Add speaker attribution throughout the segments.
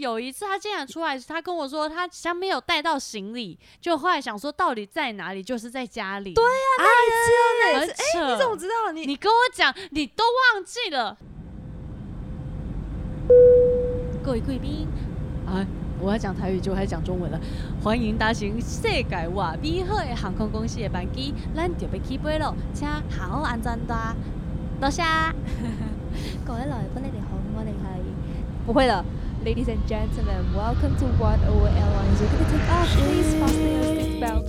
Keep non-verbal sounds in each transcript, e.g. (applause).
Speaker 1: 有一次他竟然出来，他跟我说他他没有带到行李，就后来想说到底在哪里，就是在家里。对呀、
Speaker 2: 哎
Speaker 1: 很
Speaker 2: 呀，
Speaker 1: 扯
Speaker 2: 哎，你怎么知道？你
Speaker 1: 你跟我讲，你都忘记了。各位贵宾，啊，我要讲台语就还讲中文了。欢迎搭乘世界外美好的航空公司的班机，咱就要起飞了，请好好安全带，多谢。
Speaker 3: 各位老友，本你哋好，我哋係不會啦，Ladies and gentlemen, welcome to One O Airlines. We're gonna take off. Please fasten your seatbelt.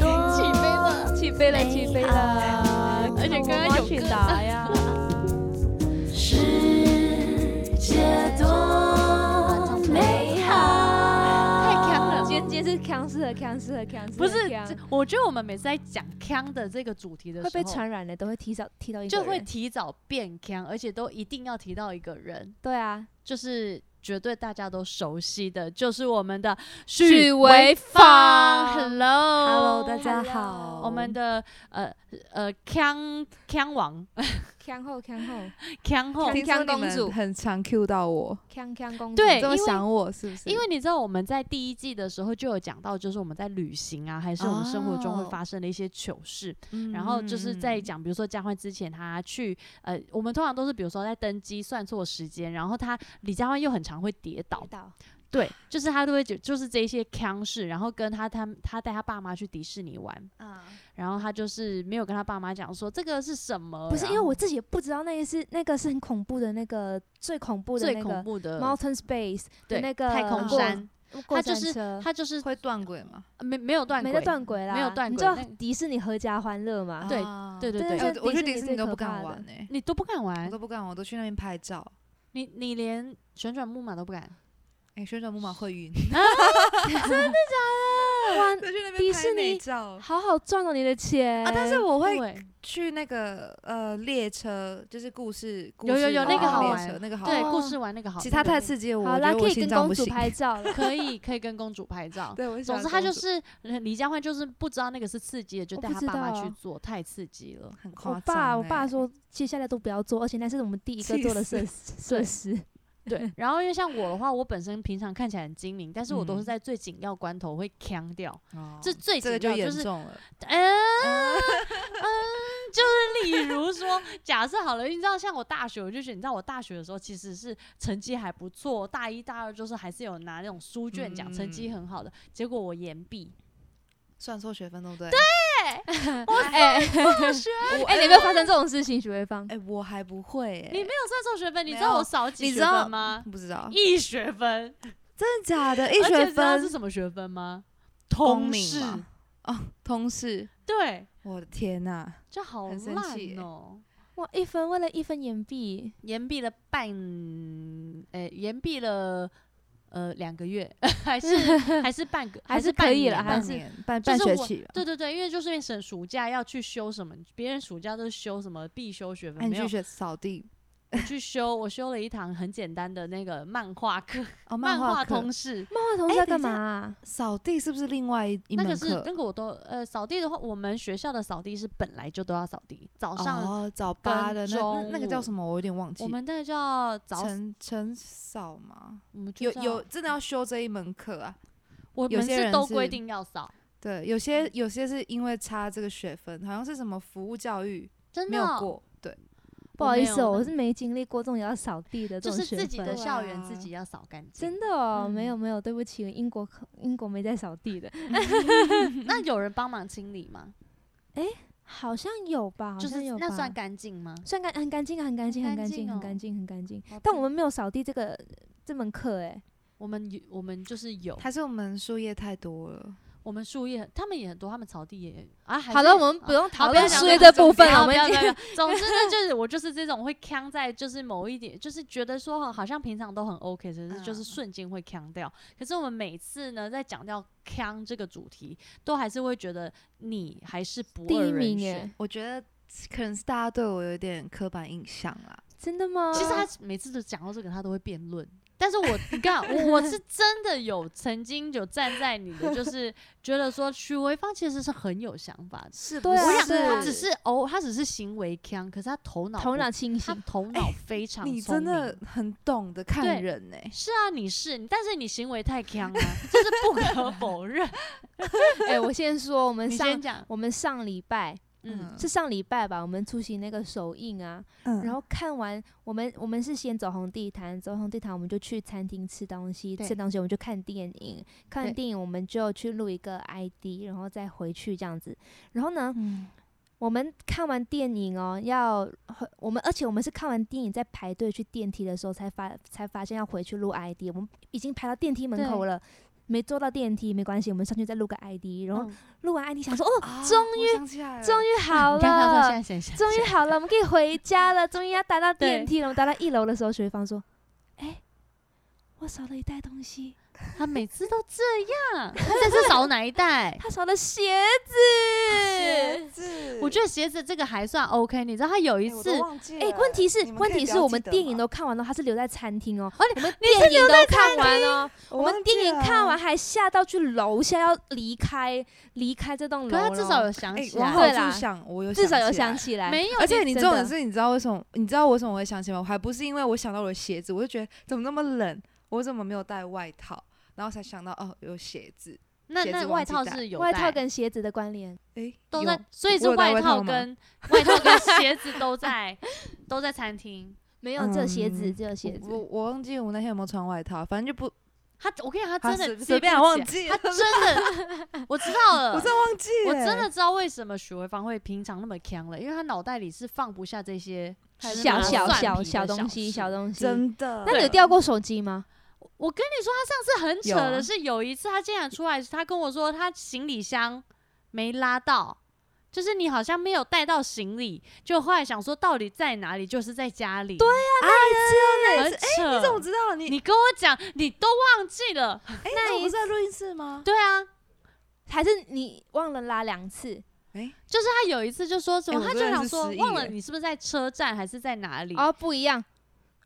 Speaker 3: 起
Speaker 2: 多
Speaker 3: 飞了，起飞了，起飞了！
Speaker 1: 而且刚刚有
Speaker 3: 我去
Speaker 1: 歌
Speaker 3: 打呀。
Speaker 2: 世界多美好，
Speaker 3: 太强
Speaker 1: 了
Speaker 3: 今天今天是强势的，强势的，强势的。
Speaker 1: 不是
Speaker 3: 强，
Speaker 1: 这我觉得我们每次在讲“腔”的这个主题的时
Speaker 3: 会
Speaker 1: 候，
Speaker 3: 被传染的，都会提早提到一个
Speaker 1: 就
Speaker 3: 人。
Speaker 1: 会提早变腔，而且都一定要提到一个人，
Speaker 3: 对啊，
Speaker 1: 就是绝对大家都熟悉的，就是我们的
Speaker 3: 许
Speaker 1: 维
Speaker 3: 维
Speaker 1: 芳。
Speaker 3: 芳
Speaker 1: Hello，Hello，
Speaker 2: 大家好
Speaker 1: 我们的呃呃腔腔王
Speaker 3: 强后强后
Speaker 1: 腔后，
Speaker 2: 听说
Speaker 3: 强
Speaker 2: 你
Speaker 3: 公
Speaker 2: 们
Speaker 3: 主
Speaker 2: 很常 Q 到我，
Speaker 3: 强强公主。
Speaker 1: 对
Speaker 2: 这么
Speaker 1: 因为
Speaker 2: 想我是不是？
Speaker 1: 因为你知道我们在第一季的时候就有讲到，就是我们在旅行啊，还是我们生活中会
Speaker 2: 哦
Speaker 1: 发生的一些糗事。
Speaker 2: 嗯
Speaker 1: 然后就是在
Speaker 2: 嗯
Speaker 1: 讲，比如说佳欢之前他去呃，我们通常都是比如说在登机算错时间，然后他李佳欢又很常会跌倒
Speaker 3: 跌，倒
Speaker 1: 对，就是他都会就就是这一些腔事，然后跟他他他带他爸妈去迪士尼玩，
Speaker 2: 嗯
Speaker 3: 啊，
Speaker 1: 然后他就是没有跟他爸妈讲说这个是什么，
Speaker 3: 不是
Speaker 1: 然
Speaker 3: 因为
Speaker 1: 后
Speaker 3: 我自己也不知道那个是那个是很恐怖的那个最恐怖的
Speaker 1: 最
Speaker 3: 那
Speaker 1: 恐
Speaker 3: 个
Speaker 1: 怖
Speaker 2: 呃
Speaker 1: 的
Speaker 3: Mountain Space
Speaker 1: 对
Speaker 3: 的那个
Speaker 1: 太空
Speaker 2: 过
Speaker 1: 山，
Speaker 3: 过
Speaker 1: 它就
Speaker 3: 山
Speaker 1: 是
Speaker 3: 车
Speaker 1: 他就是
Speaker 2: 会断轨吗？
Speaker 1: 没没有断
Speaker 3: 没
Speaker 1: 轨，
Speaker 3: 在断轨啦，
Speaker 1: 没有断
Speaker 3: 你
Speaker 1: 轨
Speaker 3: 知道
Speaker 1: 那
Speaker 3: 迪士尼合家欢乐吗？
Speaker 1: 对
Speaker 2: 啊
Speaker 1: 对对
Speaker 3: 对
Speaker 1: 对，
Speaker 3: 对
Speaker 2: 哎
Speaker 3: 这
Speaker 2: 我我去
Speaker 3: 迪士尼
Speaker 2: 迪士
Speaker 3: 最
Speaker 2: 尼都
Speaker 3: 可
Speaker 2: 不
Speaker 3: 怕
Speaker 2: 敢
Speaker 3: 的
Speaker 2: 玩呢，
Speaker 1: 你都不敢玩
Speaker 2: 我，都不敢玩，我都去那边拍照。
Speaker 1: 你你连旋转木马都不敢，
Speaker 2: 哎，旋转木马
Speaker 1: (laughs)
Speaker 2: 会晕，
Speaker 3: 哇，
Speaker 2: 都去那
Speaker 3: 迪
Speaker 2: 边拍
Speaker 3: 士尼
Speaker 2: 美照。
Speaker 3: 好好赚哦你的钱
Speaker 2: 啊！但是我会
Speaker 1: 对
Speaker 2: 去那个呃列车，就是故事，故
Speaker 1: 有有
Speaker 2: 事
Speaker 1: 有
Speaker 2: 的
Speaker 3: 那个好
Speaker 2: 列
Speaker 1: 玩
Speaker 2: 车那个好
Speaker 1: 对
Speaker 2: 玩。
Speaker 1: 故
Speaker 3: 哦
Speaker 1: 事玩那个好，
Speaker 2: 其他太刺激了，
Speaker 3: 好
Speaker 2: 我觉
Speaker 3: 啦，
Speaker 2: 得我
Speaker 3: 可以
Speaker 2: 心
Speaker 3: 跟
Speaker 2: 脏
Speaker 3: 公
Speaker 2: 不
Speaker 3: 主
Speaker 2: 行。
Speaker 3: 拍照了。
Speaker 1: 可以可以跟公主拍照。
Speaker 2: 对，我喜
Speaker 1: 总
Speaker 2: 欢
Speaker 1: 之，他就
Speaker 2: 公主
Speaker 1: 是李佳欢，就是不知道那个是刺激的，就
Speaker 3: 我
Speaker 1: 带
Speaker 3: 不
Speaker 1: 他
Speaker 3: 知
Speaker 1: 爸妈
Speaker 3: 道
Speaker 1: 去
Speaker 3: 啊
Speaker 1: 做，太刺激了。
Speaker 2: 很 (laughs) 夸
Speaker 3: 我
Speaker 2: 张欸。
Speaker 3: 爸，我爸说接下来都不要做，而且那是我们第一个
Speaker 2: 气
Speaker 3: 做的
Speaker 2: 死
Speaker 3: 设设
Speaker 2: (laughs)
Speaker 3: 施。
Speaker 1: 对，
Speaker 2: 嗯
Speaker 1: 然后因为像我的话，我本身平常看起来很精明，但是我都是
Speaker 2: 嗯
Speaker 1: 在最紧要关头会腔掉，
Speaker 2: 哦，
Speaker 1: 这最
Speaker 2: 这
Speaker 1: 紧要
Speaker 2: 个就严
Speaker 1: 是，
Speaker 2: 重了。
Speaker 1: 嗯嗯，就是例如说，假设好了，你知道，像我大学，我就觉得，你知道，我大学的时候其实是成绩还不错，大一大二就是还是有拿那种书卷奖，成绩很好的，结果我延毕，
Speaker 2: 算错学分对不对？对，
Speaker 3: (laughs) 哎，哎，你有没有发生这种事情，许慧芳？
Speaker 2: 哎，我还不会欸，
Speaker 1: 你没有算错学分，你知
Speaker 2: 没
Speaker 1: 道
Speaker 2: 有
Speaker 1: 我少几
Speaker 2: 你
Speaker 1: 学
Speaker 2: 知道
Speaker 1: 分吗？ (laughs)
Speaker 2: 不知道，
Speaker 1: 一学分，
Speaker 2: 真的假的？一
Speaker 1: 而且
Speaker 2: 学
Speaker 1: 知道是
Speaker 2: 分
Speaker 1: 什么学分吗？
Speaker 2: 公
Speaker 1: 通
Speaker 2: 民
Speaker 1: 识，
Speaker 2: 嘛哦，通识，
Speaker 1: 对，
Speaker 2: 我的天呐，
Speaker 1: 就好
Speaker 2: 很生气
Speaker 1: 烂
Speaker 2: 耶
Speaker 1: 哦、
Speaker 3: 哇，一分为了一分岩 (laughs)
Speaker 2: (laughs)
Speaker 3: 壁，
Speaker 1: 延毕了半，呃、延毕了呃两个月， (laughs) 还是还是半个，
Speaker 3: 还
Speaker 1: 是
Speaker 3: 是
Speaker 1: 半
Speaker 3: 可以
Speaker 1: 年
Speaker 3: 了
Speaker 1: 吧
Speaker 3: 还
Speaker 2: 半
Speaker 3: 是
Speaker 2: 年半
Speaker 1: 就
Speaker 2: 半
Speaker 1: 是
Speaker 2: 学
Speaker 1: 我
Speaker 2: 期吧，
Speaker 1: 对对对，因为就是因为省暑假要去修什么，别人暑假都是修什么必修学
Speaker 2: 哎，
Speaker 1: 分，
Speaker 2: 你
Speaker 1: 没有
Speaker 2: 去学扫地
Speaker 1: 我去修，我修了一堂很简单的那个漫画课，
Speaker 2: 哦，
Speaker 1: 漫
Speaker 2: 画课
Speaker 1: 通识。
Speaker 3: 漫画同
Speaker 2: 哎
Speaker 3: 学要干
Speaker 2: 等一
Speaker 3: 嘛
Speaker 2: 下
Speaker 3: 啊？
Speaker 2: 扫地是不是另外一一
Speaker 1: 那个
Speaker 2: 门
Speaker 1: 是
Speaker 2: 课？
Speaker 1: 那个我都呃扫地的话，我们学校的扫地是本来就都要扫地，早上
Speaker 2: 哦，早八
Speaker 1: 跟
Speaker 2: 的那那
Speaker 1: 中
Speaker 2: 那个叫
Speaker 1: 午
Speaker 2: 什么？我有点忘记
Speaker 1: 我。们那个叫早，
Speaker 2: 晨晨扫吗？
Speaker 1: 我们就
Speaker 2: 有
Speaker 1: 叫
Speaker 2: 有真的要修这一门课啊？
Speaker 1: 我
Speaker 2: 有
Speaker 1: 们
Speaker 2: 些
Speaker 1: 是
Speaker 2: 人
Speaker 1: 都
Speaker 2: 是
Speaker 1: 规定要扫，
Speaker 2: 对，有
Speaker 1: 嗯
Speaker 2: 些有些是因为差这个学分，好像是什么服务教育
Speaker 1: 真
Speaker 2: 没
Speaker 1: 的
Speaker 2: 有
Speaker 1: 哦
Speaker 2: 过，对，
Speaker 3: 不好意
Speaker 1: 没
Speaker 3: 思
Speaker 1: 有
Speaker 3: 哦，
Speaker 1: 那
Speaker 3: 我是没经历过这种要扫地的这
Speaker 1: 就
Speaker 3: 种
Speaker 1: 是
Speaker 3: 学
Speaker 1: 自己的
Speaker 3: 分。
Speaker 2: 对
Speaker 1: 校园自
Speaker 2: 啊
Speaker 1: 己要扫干净。
Speaker 3: 真的哦，没
Speaker 2: 嗯
Speaker 3: 有没有，对不起，英国可英国没在扫地的，
Speaker 1: 那有人帮忙清理吗？
Speaker 3: 好像有吧，好
Speaker 1: 就是
Speaker 3: 像有吧。
Speaker 1: 那算干净吗？
Speaker 3: 算干很干净啊，很干净，
Speaker 1: 很
Speaker 3: 很
Speaker 1: 干
Speaker 3: 干
Speaker 1: 净
Speaker 3: 净，
Speaker 1: 哦
Speaker 3: 很干净，很干净。
Speaker 1: 好
Speaker 3: 但
Speaker 1: 吧
Speaker 3: 我们没有扫地这个这门课哎、
Speaker 1: 我们有我们就是有，
Speaker 2: 还是我们树叶太多了。
Speaker 1: 我们树叶他们也很多，他们草地也啊。还
Speaker 3: 好
Speaker 1: 是
Speaker 3: 了，我们
Speaker 1: 啊
Speaker 3: 不用
Speaker 1: 好
Speaker 3: 讨
Speaker 1: 不要
Speaker 3: 论
Speaker 1: 讲
Speaker 3: 树
Speaker 1: 这
Speaker 3: 叶
Speaker 1: 个
Speaker 3: 这部分
Speaker 1: 不
Speaker 3: 了，
Speaker 1: 要
Speaker 3: 我
Speaker 1: 不
Speaker 3: 们
Speaker 1: 要
Speaker 3: 已
Speaker 1: 不
Speaker 3: 经
Speaker 1: 要不要总之
Speaker 3: (laughs)
Speaker 1: 呢，就是我就是这种会呛在，就是某一点，就是觉得说好像平常都很 OK，只是就是
Speaker 2: 嗯
Speaker 1: 瞬间会呛掉。可是我们每次呢，在讲到呛这个主题，都还是会觉得你还是不
Speaker 3: 第
Speaker 1: 二
Speaker 3: 一
Speaker 1: 人
Speaker 3: 名哎、
Speaker 1: 选。
Speaker 2: 我觉得可能是大家对我有点刻板印象啦。
Speaker 3: 真的吗？嗯
Speaker 1: 其实他每次都讲到这个，他都会辩论，但是我你看，我我是真的有曾经有站在你的，就是觉得说许维芳其实是很有想法的。
Speaker 2: 是
Speaker 3: 对
Speaker 2: 不
Speaker 3: 啊
Speaker 1: 我
Speaker 2: 是
Speaker 1: 想他只
Speaker 3: 是
Speaker 1: 是偶，他只是行为腔，可是他头脑
Speaker 3: 头
Speaker 1: 不
Speaker 3: 脑清
Speaker 1: 他
Speaker 3: 醒，
Speaker 1: 头脑非常
Speaker 2: 你
Speaker 1: 聪
Speaker 2: 真的
Speaker 1: 明
Speaker 2: 很懂得看
Speaker 1: 对
Speaker 2: 人呢、欸。
Speaker 1: 是啊，你是，但是你行为太强了，这是不可否认。
Speaker 3: 哎、我先说，我们
Speaker 1: 你
Speaker 3: 上
Speaker 1: 先讲，
Speaker 3: 我们上礼拜
Speaker 1: 嗯，
Speaker 3: 是上礼拜吧，我们出席那个首映啊，
Speaker 2: 嗯
Speaker 3: 然后看完我们我们是先走红地毯，走红地毯我们就去餐厅吃东西，
Speaker 1: 对
Speaker 3: 吃东西我们就看电影，看
Speaker 1: 对
Speaker 3: 完电影我们就去录一个 ID，然后再回去这样子。然后呢，
Speaker 2: 嗯，
Speaker 3: 我们看完电影哦，要我们而且我们是看完电影在排队去电梯的时候才发才发现要回去录 ID，我们已经排到电梯门口
Speaker 1: 对
Speaker 3: 了。没坐到电梯没关系，我们上去再录个 ID，然后
Speaker 1: 嗯
Speaker 3: 录完 ID 想说、
Speaker 2: 啊
Speaker 3: 哦，终于
Speaker 2: 我想起来了
Speaker 3: 终于嗯好
Speaker 1: (laughs) 你看他到
Speaker 3: 了，
Speaker 1: 现在想想，
Speaker 3: 终 (laughs) 于好了，我们可以回家了，终于要搭到电
Speaker 1: 对
Speaker 3: 梯了。我们搭到一楼的时候，学芳说：“哎、我少了一袋东西，
Speaker 1: 他每次都这样。他这次少哪一袋？
Speaker 3: 他少了鞋
Speaker 2: 鞋
Speaker 3: 子。
Speaker 2: 子，
Speaker 1: 我觉得鞋子这个还算 OK。你知道他有一
Speaker 2: 哎我
Speaker 1: 次，
Speaker 2: 都忘记
Speaker 3: 哎、
Speaker 2: 了欸
Speaker 3: 问题是
Speaker 2: 你们可
Speaker 3: 问
Speaker 2: 以
Speaker 3: 题
Speaker 2: 不
Speaker 3: 是
Speaker 2: 要
Speaker 3: 我
Speaker 2: 记
Speaker 3: 们
Speaker 2: 得
Speaker 3: 电
Speaker 2: 吗
Speaker 3: 影都看完了，他是留在餐厅哦。
Speaker 1: 哦
Speaker 3: 我们电影都看完哦，
Speaker 2: 我
Speaker 3: 我们
Speaker 2: 忘记
Speaker 3: 电影
Speaker 2: 了啊
Speaker 3: 看完还下到去楼下要离开，离开这栋
Speaker 1: 可
Speaker 3: 楼了哦。
Speaker 1: 他至少有想
Speaker 2: 哎，
Speaker 1: 起
Speaker 2: 往
Speaker 1: 来，
Speaker 2: 好
Speaker 3: 对啦
Speaker 2: 处想，我有
Speaker 3: 至少有
Speaker 2: 起来
Speaker 3: 想起来，
Speaker 1: 没有
Speaker 2: 而且你
Speaker 3: 真
Speaker 2: 重点
Speaker 3: 的
Speaker 2: 是，你知道为什么？你知道为什么我会想起吗？我还不是因为我想到我的鞋子，我就觉得怎么那么冷，我怎么没有带外套，然后才想到哦，有鞋子。
Speaker 1: 那
Speaker 2: 鞋子
Speaker 1: 那
Speaker 2: 忘
Speaker 1: 外
Speaker 2: 记
Speaker 1: 套
Speaker 2: 带
Speaker 1: 是有
Speaker 3: 外
Speaker 1: 带
Speaker 3: 套跟鞋子的关联。
Speaker 2: 诶，
Speaker 1: 都
Speaker 2: 有
Speaker 1: 在，所以
Speaker 2: 我
Speaker 1: 是
Speaker 2: 有带外套
Speaker 1: 套
Speaker 2: 吗
Speaker 1: 跟外套跟鞋子都在都在餐厅。
Speaker 3: 没有，只有鞋子，
Speaker 2: 嗯
Speaker 3: 只有鞋子。
Speaker 2: 我我忘记我那天有没有穿外套，反正就不
Speaker 1: 他我跟你讲，他
Speaker 2: 啊
Speaker 1: 真的
Speaker 2: 随
Speaker 1: 记
Speaker 2: 随便
Speaker 1: 不
Speaker 2: 忘
Speaker 1: 起来
Speaker 2: 记
Speaker 1: 他
Speaker 2: (laughs) 了，
Speaker 1: 真的我知道了，
Speaker 2: (laughs) 我真的忘记了，
Speaker 1: 我真的知道为什么许维芳会平常那么强了，因为他脑袋里是放不下这些芝麻
Speaker 3: 小小
Speaker 1: 蒜
Speaker 3: 小
Speaker 1: 皮的
Speaker 3: 小东西，
Speaker 1: 事
Speaker 3: 小东西。
Speaker 2: 真的。
Speaker 3: 那你有掉过手机吗？
Speaker 1: 我跟你说，他上次很
Speaker 2: 有
Speaker 1: 扯
Speaker 2: 啊
Speaker 1: 的是，有一次他竟然出来，他跟我说他行李箱没拉到，就是你好像没有带到行李，就后来想说到底在哪里，就是在家里。对呀、很
Speaker 2: 哎呀那一次
Speaker 1: 扯。
Speaker 2: 哎，你怎么知道了？你
Speaker 1: 你跟我讲，你都忘记了。 (laughs)
Speaker 2: 哎，那我不是在录音室吗？
Speaker 1: 对啊，
Speaker 3: 还是你忘了拉两次？
Speaker 2: 哎，
Speaker 1: 就是他有一次就说什么，
Speaker 2: 哎我
Speaker 1: 他就
Speaker 2: 真的
Speaker 1: 想
Speaker 2: 是
Speaker 1: 说
Speaker 2: 失忆
Speaker 1: 忘了
Speaker 2: 耶
Speaker 1: 你是不是在车站还是在哪里？
Speaker 3: 哦，不一样，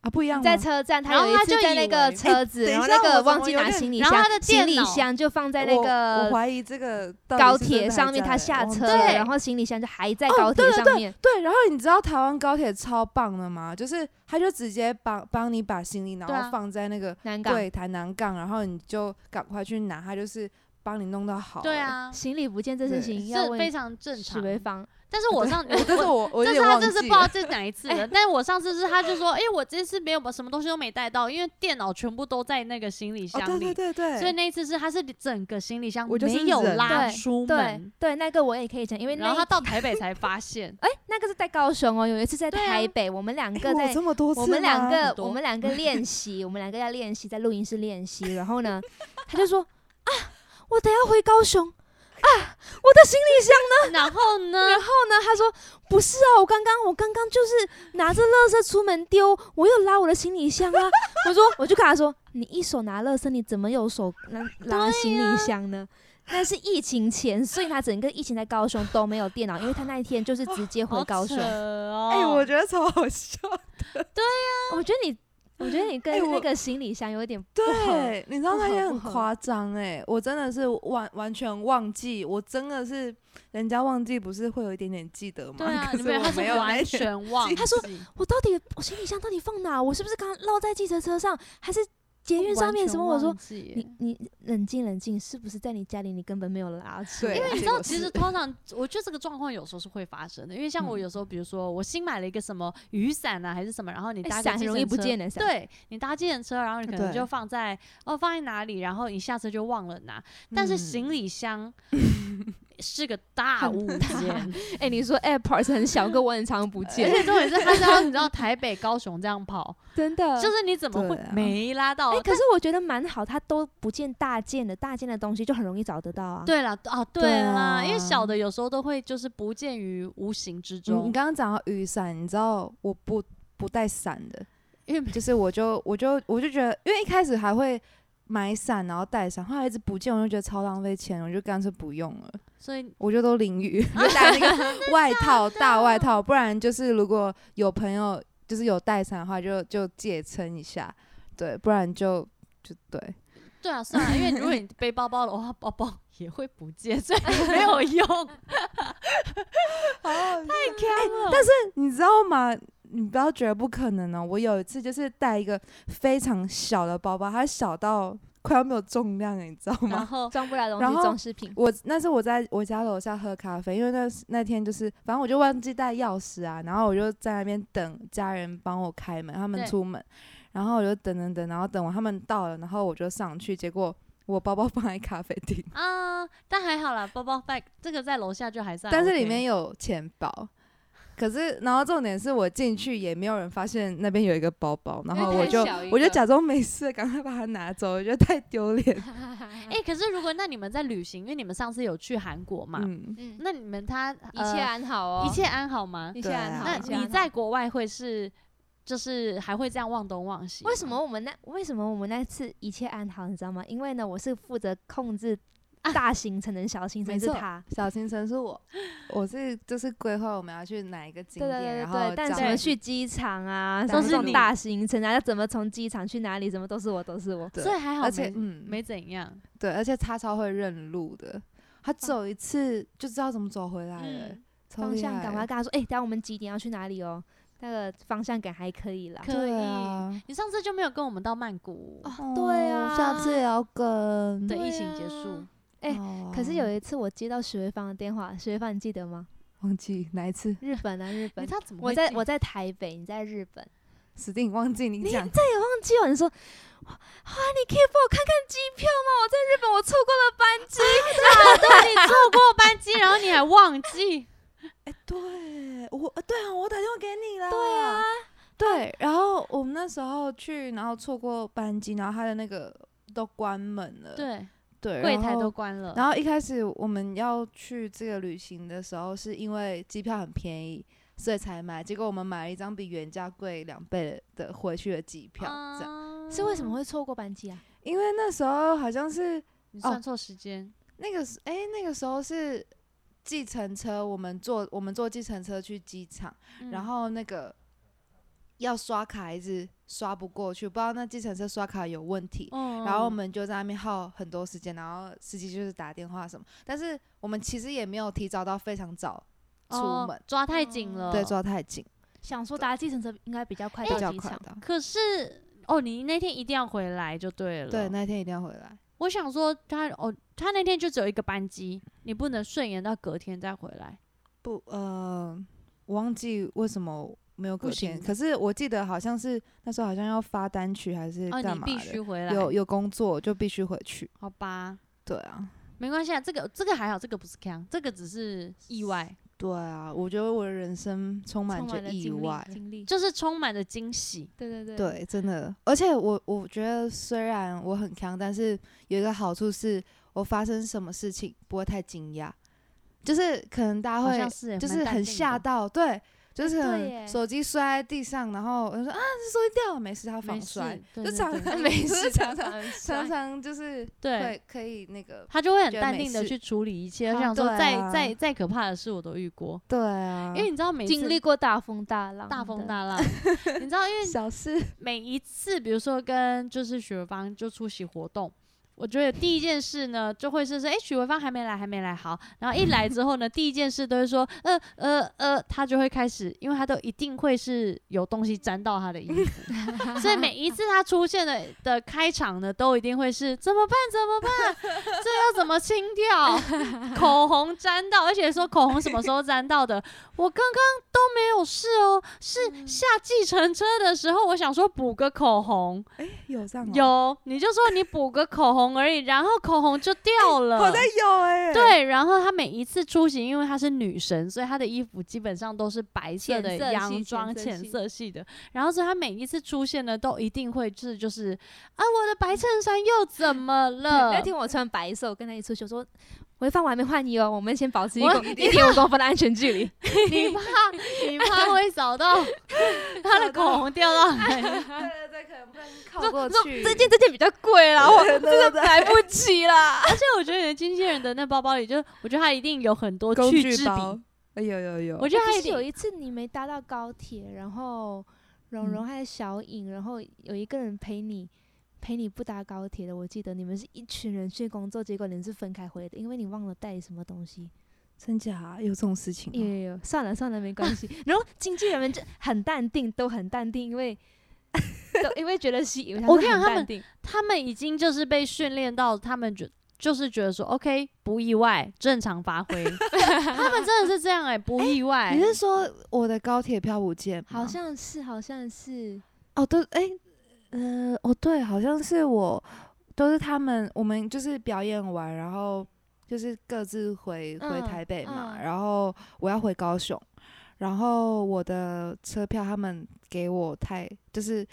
Speaker 2: 啊，不一样吗
Speaker 3: 在？车站，
Speaker 1: 嗯
Speaker 3: 他
Speaker 1: 然
Speaker 3: 有
Speaker 1: 后
Speaker 3: 一
Speaker 1: 他
Speaker 3: 次
Speaker 1: 就
Speaker 3: 在
Speaker 1: 以
Speaker 3: 那个
Speaker 1: 为
Speaker 3: 车子，
Speaker 2: 哎等一
Speaker 3: 然后
Speaker 2: 下
Speaker 3: 那
Speaker 2: 我
Speaker 3: 个
Speaker 2: 怎么
Speaker 3: 忘记
Speaker 2: 有
Speaker 3: 拿
Speaker 2: 点
Speaker 3: 行李
Speaker 1: 然
Speaker 3: 箱，
Speaker 1: 后他的
Speaker 3: 行
Speaker 1: 电
Speaker 3: 李
Speaker 1: 脑
Speaker 3: 箱就放在那
Speaker 2: 我我
Speaker 3: 个
Speaker 2: 怀疑这个到底
Speaker 3: 高
Speaker 2: 是真的
Speaker 3: 铁
Speaker 2: 还
Speaker 3: 上面，
Speaker 2: 在
Speaker 3: 他下车
Speaker 2: 我
Speaker 3: 了，
Speaker 1: 对
Speaker 3: 然后行李箱就还在
Speaker 2: 哦
Speaker 3: 高铁
Speaker 2: 对
Speaker 3: 上面。
Speaker 2: 对，然后你知道台湾高铁超棒的吗？就是他就直接帮帮你把行李，然
Speaker 1: 对啊
Speaker 2: 后放在那个
Speaker 3: 南港
Speaker 2: 对台南港，然后你就赶快去拿，他就是帮你弄到好。
Speaker 1: 对
Speaker 2: 哎，
Speaker 1: 啊，
Speaker 3: 行李不见这事
Speaker 2: 对
Speaker 3: 情要
Speaker 1: 是非
Speaker 3: 问
Speaker 1: 常正
Speaker 3: 许
Speaker 1: 常。
Speaker 3: 维芳，
Speaker 1: 但是我上 (laughs) 我
Speaker 2: 但是
Speaker 1: 我
Speaker 2: (laughs) 我我有
Speaker 1: 但是
Speaker 2: 点
Speaker 1: 他
Speaker 2: 忘
Speaker 1: 这次不
Speaker 2: 记
Speaker 1: 知道
Speaker 2: 了，
Speaker 1: 这是哪一
Speaker 2: (laughs)
Speaker 1: 次了，但是我上次是他就说，哎、我这次没有什么东西都没带到，因为电脑全部都在那个行李
Speaker 2: 哦，对
Speaker 1: 箱里，
Speaker 2: 对对对，
Speaker 1: 所以那一次是他是整个行李箱
Speaker 2: 我就是
Speaker 1: 没有
Speaker 2: 忍
Speaker 1: 拉
Speaker 3: 对
Speaker 1: 出
Speaker 3: 对
Speaker 1: 门，
Speaker 3: 对，那个我也可以讲，因为
Speaker 1: 然后
Speaker 3: 那一，
Speaker 1: 他到台北
Speaker 2: (laughs)
Speaker 1: 才发现
Speaker 3: 哎，那个是在高雄哦，有一次在
Speaker 1: 对啊
Speaker 3: 台北，我们两
Speaker 2: 哎
Speaker 3: 个
Speaker 2: 我
Speaker 3: 在
Speaker 2: 有这么多次
Speaker 3: 我们两
Speaker 2: 吗
Speaker 3: 个
Speaker 1: 很，多
Speaker 3: 我们两个练习，我们两个要练习，在录音室练习。然后呢，他就说啊，我等下回高雄啊，我的行李箱呢？
Speaker 1: 然后
Speaker 2: (laughs)
Speaker 1: 呢，
Speaker 3: 然后呢，他说不是啊，我刚刚我刚刚就是拿着垃圾出门丢，我有拉我的行李箱啊。我说我就跟他说，你一手拿垃圾，你怎么有手嗯拿拉行李箱呢？那是疫情前，所以他整个疫情在高雄都没有电脑，因为他那一天就是直接回
Speaker 1: 好
Speaker 3: 高
Speaker 1: 扯
Speaker 3: 雄。
Speaker 1: 哦，
Speaker 2: 哎，我觉得超
Speaker 1: (laughs)
Speaker 2: 好笑。
Speaker 3: 我觉得你，我觉得你
Speaker 2: 哎
Speaker 3: 跟
Speaker 2: 我
Speaker 3: 那个行李箱有一点不合。
Speaker 2: 对，你知道
Speaker 3: 不
Speaker 2: 那
Speaker 3: 合
Speaker 2: 天
Speaker 3: 不
Speaker 2: 很
Speaker 3: 合
Speaker 2: 夸张哎，我真的是完完全忘记，我真的是人家忘记不是会有一点点记得吗？
Speaker 1: 对啊，
Speaker 2: (laughs) 可
Speaker 1: 你
Speaker 2: 是
Speaker 1: 没有，
Speaker 2: 我
Speaker 1: 他
Speaker 2: 没
Speaker 1: 是
Speaker 2: 有
Speaker 1: (laughs)
Speaker 2: 那
Speaker 1: 完
Speaker 2: 一天
Speaker 1: 全忘记，
Speaker 3: 他说我到底我行李箱到底放哪？我是不是刚落在计程车上，还是捷运上面？什么？我说你
Speaker 1: 你。
Speaker 3: 你冷静冷静，是不是在你家里你根本没有拉出来？
Speaker 2: 对，
Speaker 1: 因为你知
Speaker 2: 结
Speaker 1: 道，
Speaker 2: 果
Speaker 1: 其
Speaker 2: 是
Speaker 1: 实通常我觉得这个状况有时候是会发生的，因为像我
Speaker 2: 嗯
Speaker 1: 有时候，比如说我新买了一个什么雨伞啊，还是什么，然后你
Speaker 3: 哎
Speaker 1: 搭个
Speaker 3: 伞很
Speaker 1: 计
Speaker 3: 容易
Speaker 1: 程
Speaker 3: 不
Speaker 1: 车
Speaker 3: 见的伞。，
Speaker 1: 对你搭计程车，然后你可能
Speaker 2: 对
Speaker 1: 就放在哦放在哪里，然后你下车就忘了拿。但
Speaker 2: 嗯
Speaker 1: 是行李
Speaker 3: (laughs)
Speaker 1: 箱是个大
Speaker 3: 嗯很
Speaker 1: 物
Speaker 3: 大
Speaker 1: 件，
Speaker 3: (laughs) 哎、你说 AirPods 很小个，我很常不
Speaker 1: 而
Speaker 3: 见，
Speaker 1: 且重点是它是要你知道台北、高雄这样跑，
Speaker 3: (laughs) 真的。
Speaker 1: 就是你怎么会
Speaker 2: 对啊
Speaker 1: 没拉到
Speaker 3: 呃哎、？可是我觉得蛮好，它都不见大件的，大件的东西就很容易找得到啊。，
Speaker 1: 对了啊，对
Speaker 2: 对
Speaker 1: 啦，因为
Speaker 2: 啊
Speaker 1: 小的有时候都会就是不见于无形
Speaker 3: 嗯
Speaker 1: 之
Speaker 2: 你你
Speaker 1: 中，
Speaker 2: 刚刚讲到雨伞，你知道我不不带伞的，
Speaker 1: 因为
Speaker 2: 就是我就我就我就觉得，因为一开始还会买伞，然后带伞，后来一直不见，我就觉得超浪费钱，我就干脆不用了，
Speaker 1: 所以
Speaker 2: 我就都淋 (laughs) 雨，我就带那 (laughs) 个外套大外套，不然就是如果有朋友就是有带伞的话就，就借撑一下。对，不然就就对，
Speaker 1: 对啊，算了，因为如果你背包包的话，包包也会不见，所以没有用。
Speaker 2: 好好笑
Speaker 1: 但是
Speaker 2: 你知道吗？你不要觉得不可能哦。我有一次就是带一个非常小的包包，它小到快要没有重量了，你知道
Speaker 1: 然
Speaker 2: 吗？
Speaker 1: 后
Speaker 3: 装不来东
Speaker 2: 然
Speaker 3: 西
Speaker 2: 后
Speaker 3: 装饰品，
Speaker 2: 我那是我在我家楼下喝咖啡，因为那时那天就是反正我就忘记带钥匙啊，然后我就在那边等家人帮我开门，他们
Speaker 1: 对
Speaker 2: 出门，然后我就等等等，然后等完他们到了，然后我就上去，结果我包 (laughs) 包放在咖啡
Speaker 3: (laughs)
Speaker 2: 厅，
Speaker 1: 啊、但还好啦，包包 bag 这个在楼下就还算 OK、
Speaker 2: 但是里面有钱包。可是，然后重点是我进去也没有人发现那边有一个包包，然
Speaker 3: 因为
Speaker 2: 后
Speaker 3: 太
Speaker 2: 我就
Speaker 3: 小一
Speaker 2: 我就
Speaker 3: 个
Speaker 2: 假装没事，赶快把它拿走，我觉得太丢脸。
Speaker 3: (laughs)
Speaker 1: 哎、可是如果那你们在旅行，因为你们上次有去韩国嘛，
Speaker 2: 嗯，
Speaker 3: 嗯，
Speaker 1: 那你们他
Speaker 3: 一切、安好
Speaker 1: 呃
Speaker 3: 哦，
Speaker 1: 一切安好吗？
Speaker 3: 一切
Speaker 2: 对啊
Speaker 3: 安好。
Speaker 1: 那
Speaker 3: 一切安
Speaker 1: 你
Speaker 3: 好
Speaker 1: 在国外会是就是还会这样忘东忘西？
Speaker 3: 为什么？我们那为什么我们那次一切安好，你知道吗？因为呢，我是负责控制大行程的小行程
Speaker 2: 啊没
Speaker 3: 是
Speaker 2: 错
Speaker 3: 他，
Speaker 2: 小行程是我，我是就是规划我们要去哪一个景
Speaker 3: 对对
Speaker 2: 点，
Speaker 3: 对
Speaker 2: 然
Speaker 3: 对
Speaker 2: 后
Speaker 3: 对，但
Speaker 2: 找
Speaker 3: 什么去机场啊，
Speaker 2: 都
Speaker 3: 什么
Speaker 2: 是
Speaker 3: 这种
Speaker 2: 你
Speaker 3: 大行程啊，要怎么从机场去哪里，什么都是我，都是我。
Speaker 2: 对
Speaker 1: 所以还好没，
Speaker 2: 而且嗯
Speaker 1: 没怎样。
Speaker 2: 对，而且他超会认路的，他走一次就知道怎么走回来了，
Speaker 1: 嗯
Speaker 2: 超
Speaker 3: 方
Speaker 2: 厉
Speaker 3: 向
Speaker 2: 害
Speaker 3: 感，我要跟他说，哎、等下我们几点要去哪里哦？那个方向感还可以啦。
Speaker 1: 可
Speaker 2: 对
Speaker 1: 以
Speaker 2: 啊，
Speaker 1: 你上次就没有跟我们到曼谷，
Speaker 3: 对啊
Speaker 2: 哦下次也要跟
Speaker 1: 对，
Speaker 3: 对
Speaker 1: 疫情结
Speaker 3: 啊
Speaker 1: 束，
Speaker 3: 哎
Speaker 2: 哦
Speaker 3: 可是有一次我接到许慧芳的电话，许慧芳你记得吗？
Speaker 2: 忘记哪一次，
Speaker 3: 日本啊，日
Speaker 1: 你
Speaker 3: 本。
Speaker 1: 他怎么
Speaker 3: 我
Speaker 1: 会
Speaker 3: 在
Speaker 1: 进
Speaker 3: 我在台北，你在日本。
Speaker 2: 死定忘记你
Speaker 3: 你
Speaker 2: 讲，
Speaker 3: (laughs) 忘记了你说，啊，你可以帮我看看机票吗？我在日本我错过了班机。
Speaker 1: 啊，对你错过班机，然后你还忘记，
Speaker 2: 哎、对我，呃对啊，我打电话给你了。对啊，对。然后我们那时候去，然后错过班机，然后他的那个都关门了。
Speaker 1: (laughs) 对，
Speaker 2: 对，
Speaker 1: 柜
Speaker 2: 然
Speaker 1: 台都
Speaker 2: 后。
Speaker 1: 关了，
Speaker 2: 然后一开始我们要去这个旅行的时候，是因为机票很便宜，所以才买。结果我们买了一张比原价贵两倍的的回去的机票，这样。
Speaker 1: 样
Speaker 3: 是为什么会错过班机啊？
Speaker 2: 因为那时候好像是
Speaker 1: 你
Speaker 2: 哦
Speaker 1: 算错时间？
Speaker 2: 那个时，哎、那个时候是计程车，我们坐我们坐计程车去机场。嗯然
Speaker 1: 后
Speaker 2: 后那个要刷卡一直刷不过去，不知道那计程车刷卡有问题。
Speaker 1: 哦
Speaker 2: 然
Speaker 1: 嗯
Speaker 2: 后我们就在那边耗很多时间，然后司机就是打电话什么，但是我们其实也没有提早到非常早出门，
Speaker 1: 哦抓太紧了，
Speaker 2: 对，抓太紧，
Speaker 3: 想说搭计程车应该哎比较快
Speaker 2: 比
Speaker 3: 到
Speaker 2: 较
Speaker 3: 机
Speaker 2: 快
Speaker 3: 场。
Speaker 2: 到。
Speaker 1: 可是哦，你那天一定要回来就对了。
Speaker 2: 对，那天一定要回来。
Speaker 1: 我想说他哦，他那天就只有一个班机，你不能顺延到隔天再回来。
Speaker 2: 不，呃，我忘记为什么没有隔
Speaker 1: 不
Speaker 2: 天，
Speaker 1: 行
Speaker 2: 可是我记得好像是那时候好像要发单曲还是
Speaker 1: 哦，
Speaker 2: 干
Speaker 1: 你
Speaker 2: 嘛
Speaker 1: 必
Speaker 2: 的，
Speaker 1: 须回来。
Speaker 2: 有有工作就必须回去。
Speaker 1: 好吧，
Speaker 2: 对啊，
Speaker 1: 没关系啊，这个这个还好，这个不是 can，这个只是意外，
Speaker 2: 对啊，我觉得我的人生充满
Speaker 3: 充
Speaker 2: 着
Speaker 3: 满了
Speaker 2: 意
Speaker 3: 经
Speaker 2: 外
Speaker 3: 历，，经历。
Speaker 1: 就是充满了惊喜。
Speaker 3: 对对对，
Speaker 2: 对，真的。而且我我觉得虽然我很强，但是有一个好处是我发生什么事情不会太惊讶，就是可能大家
Speaker 1: 好像
Speaker 2: 会
Speaker 1: 是耶
Speaker 2: 就
Speaker 1: 蛮
Speaker 2: 是
Speaker 1: 淡
Speaker 2: 很
Speaker 1: 定
Speaker 2: 吓
Speaker 1: 的哎
Speaker 2: 到，对，就是
Speaker 3: 对
Speaker 2: 可
Speaker 3: 耶
Speaker 2: 能手机摔在地上，然后我就说啊，这手机掉了，没事，它
Speaker 1: 没
Speaker 2: 防
Speaker 1: 事
Speaker 2: 摔，，
Speaker 1: 对
Speaker 2: 就
Speaker 1: 对
Speaker 2: 常
Speaker 1: 对
Speaker 2: 常没事，常常 (laughs)
Speaker 3: 很帅
Speaker 2: 常常就是
Speaker 1: 对，
Speaker 2: 会可以那个，
Speaker 1: 他就会很
Speaker 2: 觉得
Speaker 1: 淡
Speaker 2: 没
Speaker 1: 定的
Speaker 2: 事
Speaker 1: 去处理一切。我
Speaker 2: 啊
Speaker 1: 想说
Speaker 2: 对
Speaker 1: 再，
Speaker 2: 啊
Speaker 1: 再再可怕的事我都遇过，
Speaker 2: 对啊，
Speaker 1: 因为你知道每次
Speaker 3: 经历过大风大浪，
Speaker 1: 大风大浪，你知道，因为
Speaker 2: 小事，
Speaker 1: 每一次，比如说跟就是许维芳就出席活动。我觉得第一件事呢，就会是说，哎、许维芳还没来，还没来，好。然后一来之后呢，第一件事都会说，呃呃呃，他就会开始，因为他都一定会是有东西沾到他的衣服，所以每一次他出现的的开场呢，都一定会是怎么办？怎么办？这要怎么清掉？ (laughs) 口红沾到，而且说口红什么时候沾到的？我刚刚都没有事哦，是下计程车的时候，我想说补个口红，
Speaker 2: 有这样哦，
Speaker 1: 有你就说你补个口红而已，然后口红就掉
Speaker 2: (laughs)
Speaker 1: 了。
Speaker 2: 好像有哎，，
Speaker 1: 对，啊然后她每一次出行，因为她是女神，所以她的衣服基本上都是白色
Speaker 3: 浅
Speaker 1: 的
Speaker 3: 色系
Speaker 1: 洋
Speaker 3: 浅
Speaker 1: 装、
Speaker 3: 色
Speaker 1: 浅
Speaker 3: 系
Speaker 1: 色系的。然后所以她每一次出现呢，都一定会是就是啊，我的白衬衫又怎么
Speaker 3: (laughs)
Speaker 1: 了？
Speaker 3: 那天哎我穿白色，我跟他一起出去，我说维芳，我还没换衣哦，我们先保持一
Speaker 1: 我
Speaker 3: 公一点五公分的安全
Speaker 1: (laughs)
Speaker 3: 距离。
Speaker 1: 你怕你怕会扫到她的
Speaker 2: 扫到
Speaker 1: 口红掉到哪里？
Speaker 2: 对对对，可能不能
Speaker 3: 说
Speaker 2: 靠过
Speaker 3: 说
Speaker 2: 去，
Speaker 3: 这件这件比较贵啦，我
Speaker 2: 对对
Speaker 1: (laughs)
Speaker 2: 对
Speaker 3: 来不及啦。
Speaker 1: (laughs) 而且我觉得你的经纪人的那包包里就，我觉得他一定有很多
Speaker 2: 工
Speaker 1: 去
Speaker 2: 具
Speaker 1: 制
Speaker 2: 包
Speaker 1: 笔。，
Speaker 2: 哎有有有，
Speaker 1: 我觉得
Speaker 3: 哦不
Speaker 1: 他一
Speaker 3: 是有
Speaker 1: 定
Speaker 3: 一次你没搭到高铁，然后蓉
Speaker 1: 嗯
Speaker 3: 蓉还有小颖，然后有一个人陪你。陪你不搭高铁的，我记得你们是一群人去工作，结果你们是分开回的，因为你忘了带什么东西。
Speaker 2: 真假有这种事情、
Speaker 3: 有
Speaker 2: 哦？
Speaker 3: 有有，算了算了，没关系。然后经纪人们就很淡定，都很淡定，因为都因为觉得是，
Speaker 1: 我跟你讲
Speaker 3: 很
Speaker 1: 他
Speaker 3: 淡
Speaker 1: 们
Speaker 3: 定。嗯
Speaker 1: 他们已经就是被训练到，他们觉就是觉得说，OK，不意外，正常发
Speaker 3: (laughs)
Speaker 1: 挥。他们真的是这样哎、不意外。
Speaker 2: 你是说我的高铁票不见吗？
Speaker 3: 好像是，好像是，
Speaker 2: 哦，都哎、呃，哦对，好像是我，都是他们，我们就是表演完，然后就是各自回回
Speaker 3: 嗯
Speaker 2: 台北嘛，
Speaker 3: 嗯
Speaker 2: 然后我要回高雄，然后我的车票他们给我太就是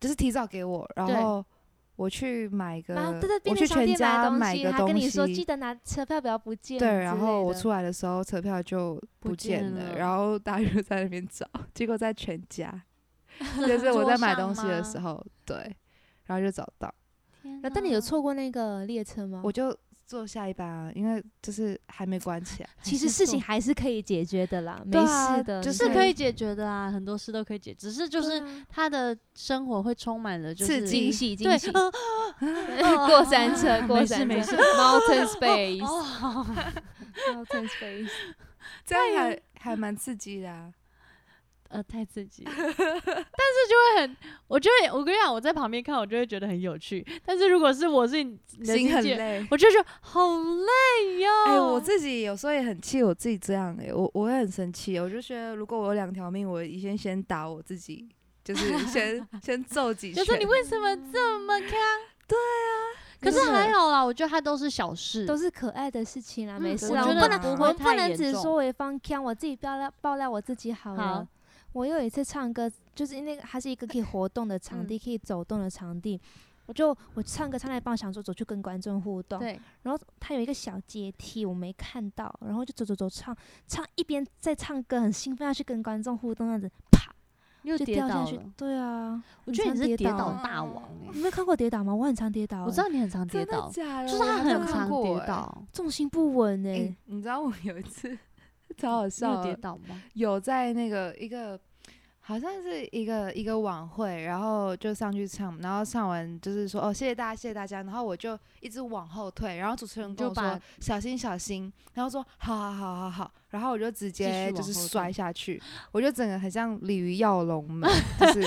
Speaker 2: 就是提早给我，然
Speaker 1: 对
Speaker 2: 后我去买个，
Speaker 3: 然后啊对对，
Speaker 2: 呃我
Speaker 3: 便利
Speaker 2: 去
Speaker 3: 商
Speaker 2: 全
Speaker 3: 店
Speaker 2: 家
Speaker 3: 买
Speaker 2: 买
Speaker 3: 东西，
Speaker 2: 个
Speaker 3: 还跟
Speaker 2: 东
Speaker 3: 你说记
Speaker 2: 西。
Speaker 3: 得拿车票不要不见之类的。
Speaker 2: 对，然后我出来的时候车票就
Speaker 1: 不
Speaker 2: 不
Speaker 1: 见
Speaker 2: 见了，
Speaker 1: 了
Speaker 2: 然后大家就在那边找，结果在全家。
Speaker 1: (laughs)
Speaker 2: 就是我
Speaker 1: 桌
Speaker 2: 在买
Speaker 1: 上
Speaker 2: 东西的
Speaker 1: 吗
Speaker 2: 时候，对，然后就找到，
Speaker 1: 天
Speaker 3: 那但你有
Speaker 1: 哪
Speaker 3: 错过那个列车
Speaker 1: 嗯
Speaker 3: 吗？
Speaker 2: 我就坐下一班啊，因为就是还没关
Speaker 1: (laughs)
Speaker 2: 起来。
Speaker 3: 其实
Speaker 1: 还是
Speaker 3: 事情
Speaker 1: 错
Speaker 3: 还是可以解决的啦，没
Speaker 2: 对啊
Speaker 3: 事的，
Speaker 2: 就是对
Speaker 1: 可以解决的啊，很多事都可以解，只是就
Speaker 3: 对
Speaker 1: 是
Speaker 3: 啊
Speaker 1: 他的生活会充满了就是
Speaker 2: 刺激
Speaker 3: 惊喜
Speaker 1: 对 (laughs)
Speaker 3: 惊喜，
Speaker 2: (laughs)
Speaker 3: (laughs)
Speaker 1: 呃
Speaker 3: 过山车过
Speaker 1: 没事
Speaker 3: 山车
Speaker 1: 没
Speaker 3: (laughs)
Speaker 1: 事
Speaker 3: ，Mountain (laughs) Space
Speaker 1: 哦，
Speaker 3: Mountain
Speaker 2: (laughs)
Speaker 3: Space，
Speaker 2: 这样还还蛮刺激的、啊。
Speaker 1: 呃，太刺
Speaker 3: (laughs)
Speaker 1: 激了，但是就会很，我就会，我跟你讲，我在旁边看，我就会觉得很有趣，但是如果是我是你你的
Speaker 2: 心
Speaker 1: 经
Speaker 2: 很
Speaker 1: 纪 (laughs) 人，
Speaker 2: 累。 (laughs)
Speaker 1: 我就觉得好累哟、
Speaker 2: 哎、我自己有时候也很气我自己这样哎、我我会很生气，我就觉得如果我有两条命，我一定先打我自己，就是
Speaker 1: (laughs)
Speaker 2: 先先揍几
Speaker 1: 就
Speaker 2: 拳。
Speaker 1: 是你为什么这么看？可
Speaker 2: 真
Speaker 1: 是
Speaker 2: 的
Speaker 1: 还好啦，我觉得他都是小事，
Speaker 3: 都是可爱的事情啦，
Speaker 1: 嗯
Speaker 3: 没
Speaker 2: 我
Speaker 3: 事啦，啊
Speaker 2: 觉
Speaker 3: 我
Speaker 2: 得
Speaker 3: 们不能
Speaker 2: 不
Speaker 3: 我
Speaker 2: 会
Speaker 3: 们不
Speaker 1: 太
Speaker 3: 能
Speaker 1: 严
Speaker 3: 只
Speaker 1: 重
Speaker 3: 说为方腔，我自己爆料爆料我自己好了。
Speaker 1: 好
Speaker 3: 我有一次唱歌，就是那个它是一个可以活动的场
Speaker 1: 嗯
Speaker 3: 地，可以走动的场地。我就我唱歌唱到一半，想说走去跟观众互动，
Speaker 1: 对，
Speaker 3: 然后它有一个小阶梯，我没看到，然后就走走走唱唱，一边在唱歌，很兴奋要去跟观众互动，那样子啪
Speaker 1: 又
Speaker 3: 就
Speaker 1: 跌
Speaker 3: 掉
Speaker 1: 倒
Speaker 3: 下去
Speaker 1: 了。。
Speaker 3: 对啊，
Speaker 1: 我觉得你
Speaker 3: 很常
Speaker 1: 是跌倒
Speaker 3: 啊
Speaker 1: 大王哎、
Speaker 3: 你没有看过跌倒吗？我很常跌倒欸、
Speaker 1: 我知道你很常跌
Speaker 2: 真的
Speaker 1: 倒，
Speaker 2: 假的？
Speaker 1: 就是
Speaker 2: 我
Speaker 1: 他
Speaker 2: 还没有
Speaker 1: 很
Speaker 2: 看
Speaker 1: 常
Speaker 2: 过
Speaker 1: 跌
Speaker 2: 哎。
Speaker 1: 倒，
Speaker 3: 重心不稳
Speaker 1: 嗯
Speaker 3: 哎、
Speaker 2: 哎、你知道我有一次 (laughs) 超好
Speaker 1: 你
Speaker 2: 笑哦
Speaker 1: 有
Speaker 2: 的
Speaker 1: 跌倒吗？
Speaker 2: 有在那个一个好像是一个一个晚会，然后就上去唱，然后唱完就是说哦谢谢大家谢谢大家，然后我就一直往后退，然后主持人
Speaker 1: 你
Speaker 2: 跟
Speaker 1: 就
Speaker 2: 我说
Speaker 1: 把
Speaker 2: 小心小心，然后说好好好好好，然后我就直接
Speaker 1: 续
Speaker 2: 就
Speaker 1: 往
Speaker 2: 是
Speaker 1: 后退
Speaker 2: 摔下去，我就整个很像鲤鱼跃龙门，
Speaker 1: (laughs)
Speaker 2: 就是